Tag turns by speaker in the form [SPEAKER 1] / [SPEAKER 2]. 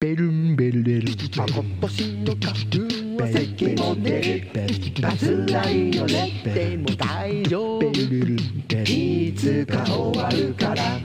[SPEAKER 1] ベルンベルベル
[SPEAKER 2] あこぼしの花粉は咳も出る辛いよねでも大丈夫いつか終わるから